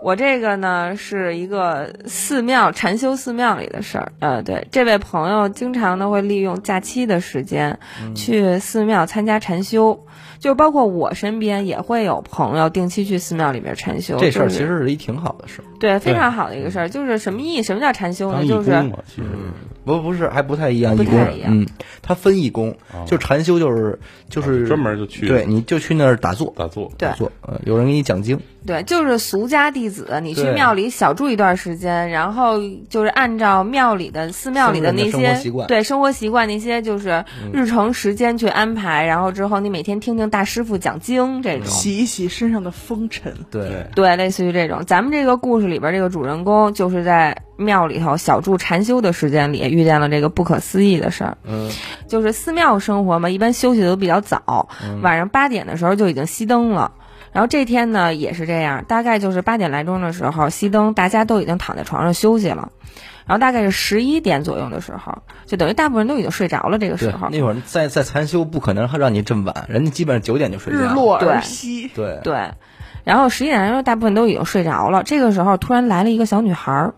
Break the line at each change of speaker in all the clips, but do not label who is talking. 我这个呢是一个寺庙禅修寺庙里的事儿。呃，对，这位朋友经常呢会利用假期的时间
嗯
去寺庙参加禅修，就包括我身边也会有朋友定期去寺庙里边禅修。
这事儿
就是
其实是一挺好的事儿，
对非常好的一个事儿，就是什么意义？什么叫禅修
当
呢？
义
就
工
是
嘛，其实
嗯不不是还不太一样，
不
义工
太一样
嗯，它分义工，就禅修就是就是
啊专门就去
对，你就去那儿打坐
打坐，
对
打坐，呃有人给你讲经，
对，就是俗家弟子，你去
对
庙里小住一段时间，然后就是按照庙里的寺庙里那
僧人的生
些
活习惯嗯
对生活习惯那些就是日程时间去安排，然后之后你每天听听大师傅讲经这种。
嗯
洗一洗身上的风尘。
对，
对，类似于这种，咱们这个故事里边这个主人公就是在庙里头小住禅修的时间里遇见了这个不可思议的事儿。
嗯，
就是寺庙生活嘛，一般休息的都比较早，晚上八点的时候就已经熄灯了。然后这天呢也是这样，大概就是八点来钟的时候熄灯，大家都已经躺在床上休息了。然后大概是十一点左右的时候，就等于大部分人都已经睡着了。这个时
对
候，，
那会儿在在禅修不可能让你这么晚，人家基本上九点就睡觉
日
了，
落
对
而息，
对，
对。然后十一点来钟，大部分都已经睡着了。这个时候突然来了一个小女孩儿，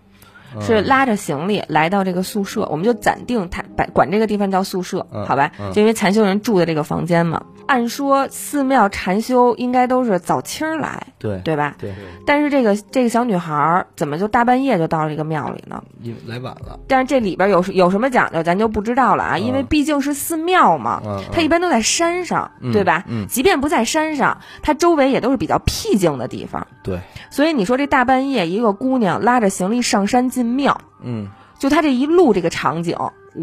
嗯
是拉着行李来到这个宿舍，我们就暂定他把管这个地方叫宿舍，
嗯
好吧？
嗯
就因为禅修人住的这个房间嘛。按说寺庙禅修应该都是早清儿来，
对
对吧？
对，
但是这个这个小女孩儿怎么就大半夜就到这个庙里呢？
因为来晚了，
但是这里边有有什么讲究，咱就不知道了啊，因为毕竟是寺庙嘛，
嗯
它一般都在山上，
嗯
对吧？
嗯
即便不在山上，它周围也都是比较僻静的地方，
对，
所以你说这大半夜一个姑娘拉着行李上山进庙，
嗯，
就她这一路这个场景，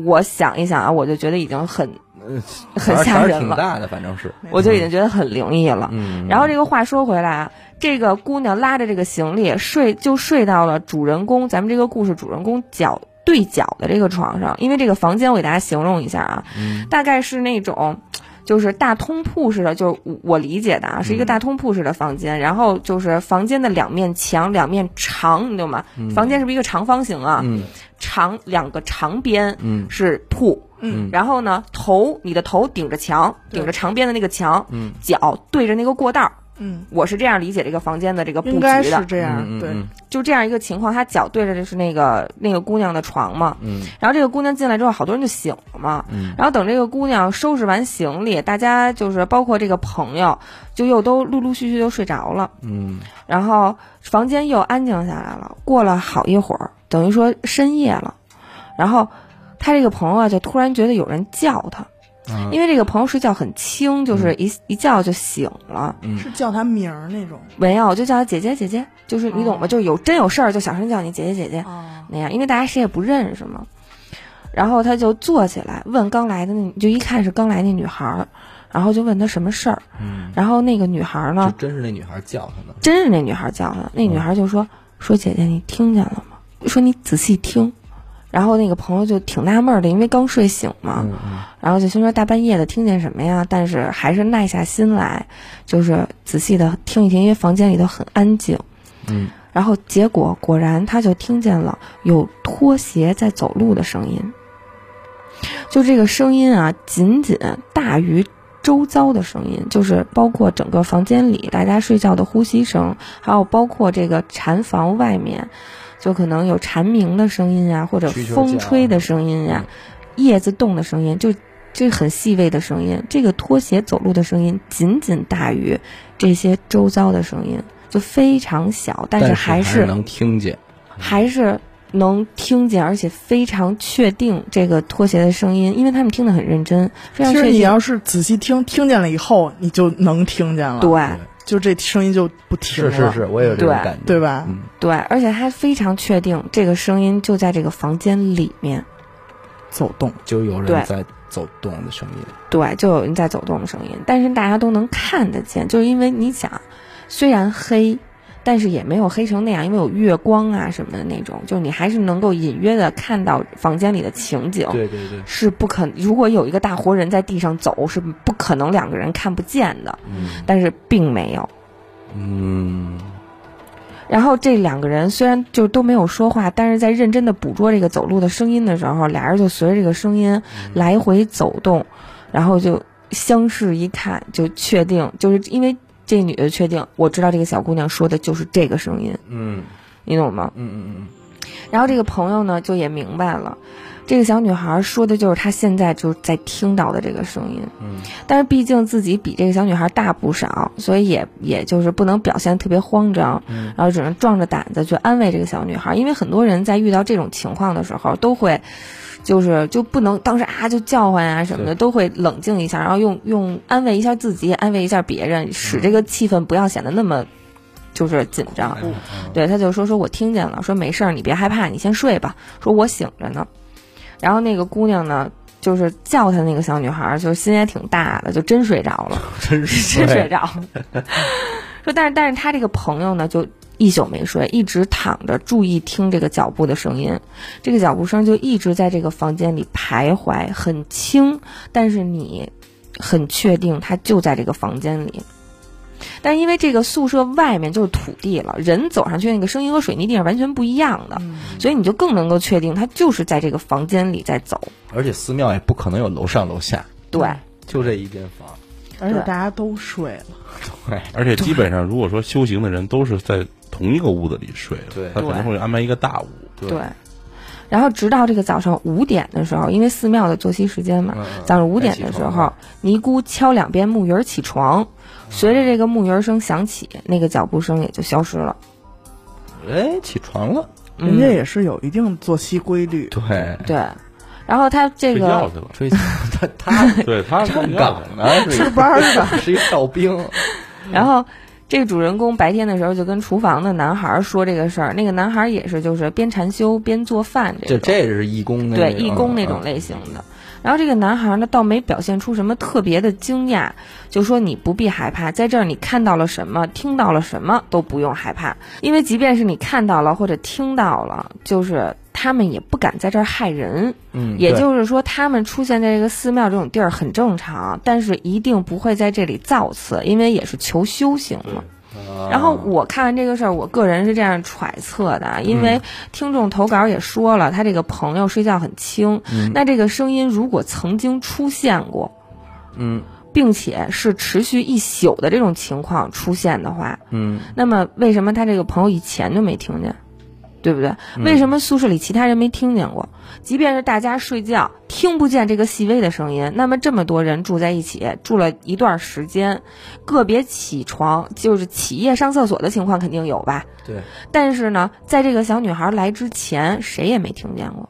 我想一想啊，我就觉得已经很
呃
很
反正
吓
反正
人
挺
了，
大的，反正是，
我就已经觉得很灵异了。
嗯，
然后这个话说回来啊，这个姑娘拉着这个行李睡，就睡到了主人公咱们这个故事主人公脚对角的这个床上，因为这个房间我给大家形容一下啊，
嗯
大概是那种。就是大通铺似的，就是我我理解的啊，是一个
嗯
大通铺式的房间，然后就是房间的两面墙、两面长，你懂吗？房间是不是一个长方形啊？
嗯
长两个长边
嗯
是铺，
嗯
然后呢，头你的头顶着墙，
对
顶着长边的那个墙，
嗯
脚对着那个过道，
嗯，
我是这样理解这个房间的这个布
应
局
该是
的，
这样。
嗯
对，
嗯
就这样一个情况，他脚对着的是那个那个姑娘的床嘛，
嗯
然后这个姑娘进来之后，好多人就醒了嘛，
嗯
然后等这个姑娘收拾完行李，大家就是包括这个朋友，就又都陆陆续续都睡着了，
嗯
然后房间又安静下来了。过了好一会儿，等于说深夜了，然后他这个朋友啊，就突然觉得有人叫他，
嗯，
因为这个朋友睡觉很轻，就是一、一叫就醒了。
是叫他名儿那种。
没有，就叫她姐姐姐姐，就是你懂吗？
哦
就是有真有事儿就小声叫你姐姐姐姐
哦，
那样，因为大家谁也不认识嘛。然后他就坐起来问刚来的那，就一看是刚来那女孩儿，然后就问她什么事儿。
嗯
然后那个女孩儿
就
呢，
真是那女孩叫他呢，
真是那女孩儿叫她，那女孩儿就说、说姐姐你听见了吗？说你仔细听。然后那个朋友就挺纳闷儿的，因为刚睡醒嘛，
嗯嗯
然后就心说大半夜的听见什么呀？但是还是耐下心来，就是仔细的听一听，因为房间里头很安静。
嗯，
然后结果果然他就听见了有拖鞋在走路的声音，就这个声音啊，仅仅大于。周遭的声音，就是包括整个房间里大家睡觉的呼吸声，还有包括这个禅房外面，就可能有蝉鸣的声音啊，或者
蛐蛐儿
风
叫
吹的声音呀、叶子动的声音，就这很细微的声音，这个拖鞋走路的声音仅仅大于这些周遭的声音，就非常小，但
但
是
还
还
是
是
能听见，
还是能听见，而且非常确定这个拖鞋的声音，因为他们听得很认真，非常
其
确
实你
定。
要是仔细听，听见了以后，你就能听见了。，
对
就这声音就不停
是
了。
是是，，我也有这种
对
感觉，
对吧？
嗯
对，而且他非常确定这个声音就在这个房间里面，
走动，
就有
对
人在走动的声音，
对，就有人在走动的声音，但是大家都能看得见，就是因为你想，虽然黑，但是也没有黑成那样，因为有月光啊什么的那种，就是你还是能够隐约的看到房间里的情景。
对对对，
是不可，如果有一个大活人在地上走，是不可能两个人看不见的，
嗯
但是并没有。
嗯
然后这两个人虽然就都没有说话，但是在认真的捕捉这个走路的声音的时候，俩人就随着这个声音来回走动，然后就相视一看，就确定就是因为这女的确定，我知道这个小姑娘说的就是这个声音，
嗯
你懂吗？
嗯嗯嗯
然后这个朋友呢就也明白了，这个小女孩说的就是她现在就是在听到的这个声音。
嗯
但是毕竟自己比这个小女孩大不少，所以也也就是不能表现特别慌张，
嗯
然后只能壮着胆子去安慰这个小女孩。因为很多人在遇到这种情况的时候，都会就是就不能当时啊就叫唤啊什么的，都会冷静一下，然后用用安慰一下自己，安慰一下别人，使这个气氛不要显得那么就是紧张。
嗯，
对，他就说说我听见了，说没事儿，你别害怕，你先睡吧。说我醒着呢。然后那个姑娘呢，就是叫她那个小女孩儿，就是心也挺大的，就真睡着了，
真是
真睡着 了。说但是但是他这个朋友呢，就一宿没睡，一直躺着注意听这个脚步的声音，这个脚步声就一直在这个房间里徘徊，很轻，但是你很确定他就在这个房间里。但是因为这个宿舍外面就是土地了，人走上去那个声音和水泥地上完全不一样
嗯
的，所以你就更能够确定他就是在这个房间里在走。
而且寺庙也不可能有楼上楼下，
对，
就这一间房。
而且
对
大家都睡了，
对，
而且基本上，如果说修行的人都是在同一个屋子里睡的，
对
他可能会安排一个大屋。
对
对。然后直到这个早上五点的时候，因为寺庙的作息时间嘛，
嗯嗯
早上五
该
点
起
的时
床
候
了，啊
尼姑敲两遍木鱼儿起床，随着这个木鱼儿声响起，那个脚步声也就消失了。
哎，起床了。
人家
嗯，
也是有一定作息规律。
对，
对。然后他这
睡觉
个
去了，
追他他
对他睡
站
觉去
岗
了。
呢，值班的， 是一哨兵。
然后这个主人公白天的时候就跟厨房的男孩儿说这个事儿，那个男孩儿也是就是边禅修边做饭
这
这种，
这是义工那
对
种嗯
义工那种类型的。然后这个男孩儿呢，倒没表现出什么特别的惊讶，就说你不必害怕，在这儿你看到了什么，听到了什么都不用害怕，因为即便是你看到了或者听到了，就是他们也不敢在这儿害人。
嗯，
也
对
就是说，他们出现在这个寺庙这种地儿很正常，但是一定不会在这里造次，因为也是求修行嘛。然
啊
后我看完这个事儿，我个人是这样揣测的啊，因
嗯
为听众投稿也说了，他这个朋友睡觉很轻，
嗯
那这个声音如果曾经出现过，
嗯
并且是持续一宿的这种情况出现的话，
嗯
那么为什么他这个朋友以前就没听见，对不对？为什么宿舍里其他人没听见过？即便是大家睡觉听不见这个细微的声音，那么这么多人住在一起住了一段时间，个别起床就是起夜上厕所的情况肯定有吧？
对。
但是呢，在这个小女孩来之前，谁也没听见过，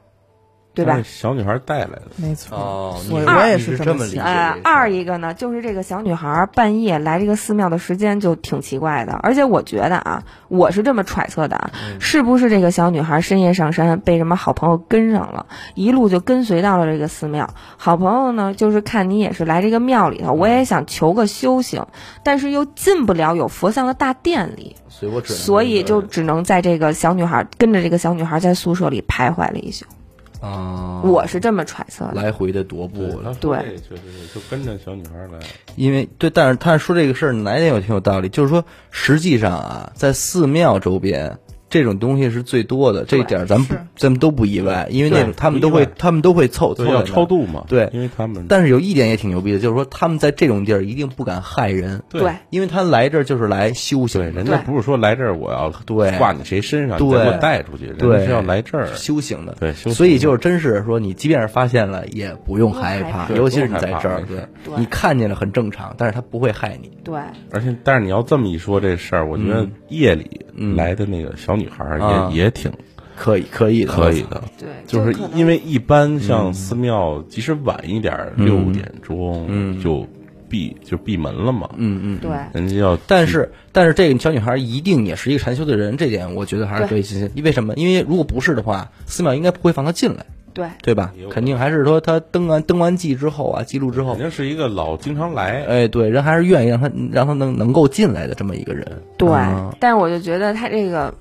对吧
那？小女孩带来的，
没错，
哦，
所以
你
我也
你
是
是
这
这
么
么理
想
解
呃
的。，
二一个呢，就是这个小女孩半夜来这个寺庙的时间就挺奇怪的，而且我觉得啊，我是这么揣测的啊，是不是这个小女孩深夜上山被什么好朋友跟上了，一路就跟随到了这个寺庙？好朋友呢，就是看你也是来这个庙里头，我也想求个修行，但是又进不了有佛像的大殿里，
所以我只能
所以就
觉
只能在这个小女孩跟着这个小女孩在宿舍里徘徊了一宿，
得啊，
我是这么揣测的。
呃来回的踱步，
他说这确实是就跟着小女孩来，
因为对，但是他说这个事儿哪一点也挺有道理，就是说实际上啊，在寺庙周边。这种东西是最多的，这一点儿咱们不
是
咱们都不意外，因为那
对
种他们
不
都
意
会
外
他们都会凑凑
对，要
在那儿
超度嘛，
对
因为他们
但是有一点也挺牛逼的，就是说他们在这种地儿一定不敢害人，
对
因为他来这儿就是来修行
对
的，
人家
对
不是说来这儿我要
对
挂你谁身上，
对
你再给我带出去，人家
对
是要来这儿，
修行的，
对修行的
所以就是真是说你即便是发现了，也不用害怕，
不用害怕
尤其是你在这儿，
对不用害
怕对
你看见了很正常，但是他不会害你，
对，
而且但是你要这么一说这事儿，我觉得夜里来的那个小女孩儿也、
啊
也挺
可以可以的，
可以的。
对，
就是
可能
因为一般像寺庙，即使晚一点儿，
嗯
六点钟
嗯
就闭就闭门了嘛，
嗯嗯。
对。
人家要
但是，但是这个小女孩一定也是一个禅修的人，这点我觉得还是
对
可以信心。为什么？因为如果不是的话，寺庙应该不会放她进来，
对，
对吧
也有可能？
肯定还是说她登完登完记之后啊，记录之后
肯，定是一个老经常来，
哎，对，人还是愿意让她让她能能够进来的这么一个人。
对，
嗯
但是我就觉得他这个，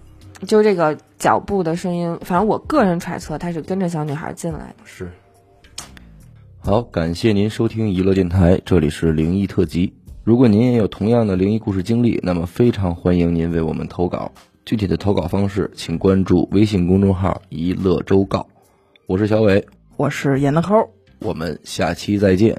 就这个脚步的声音，反正我个人揣测他是跟着小女孩进来的。
是，
好，感谢您收听娱乐电台，这里是灵异特辑。如果您也有同样的灵异故事经历，那么非常欢迎您为我们投稿。具体的投稿方式，请关注微信公众号“一乐周告”。我是小伟，
我是闫德抠儿。
我们下期再见。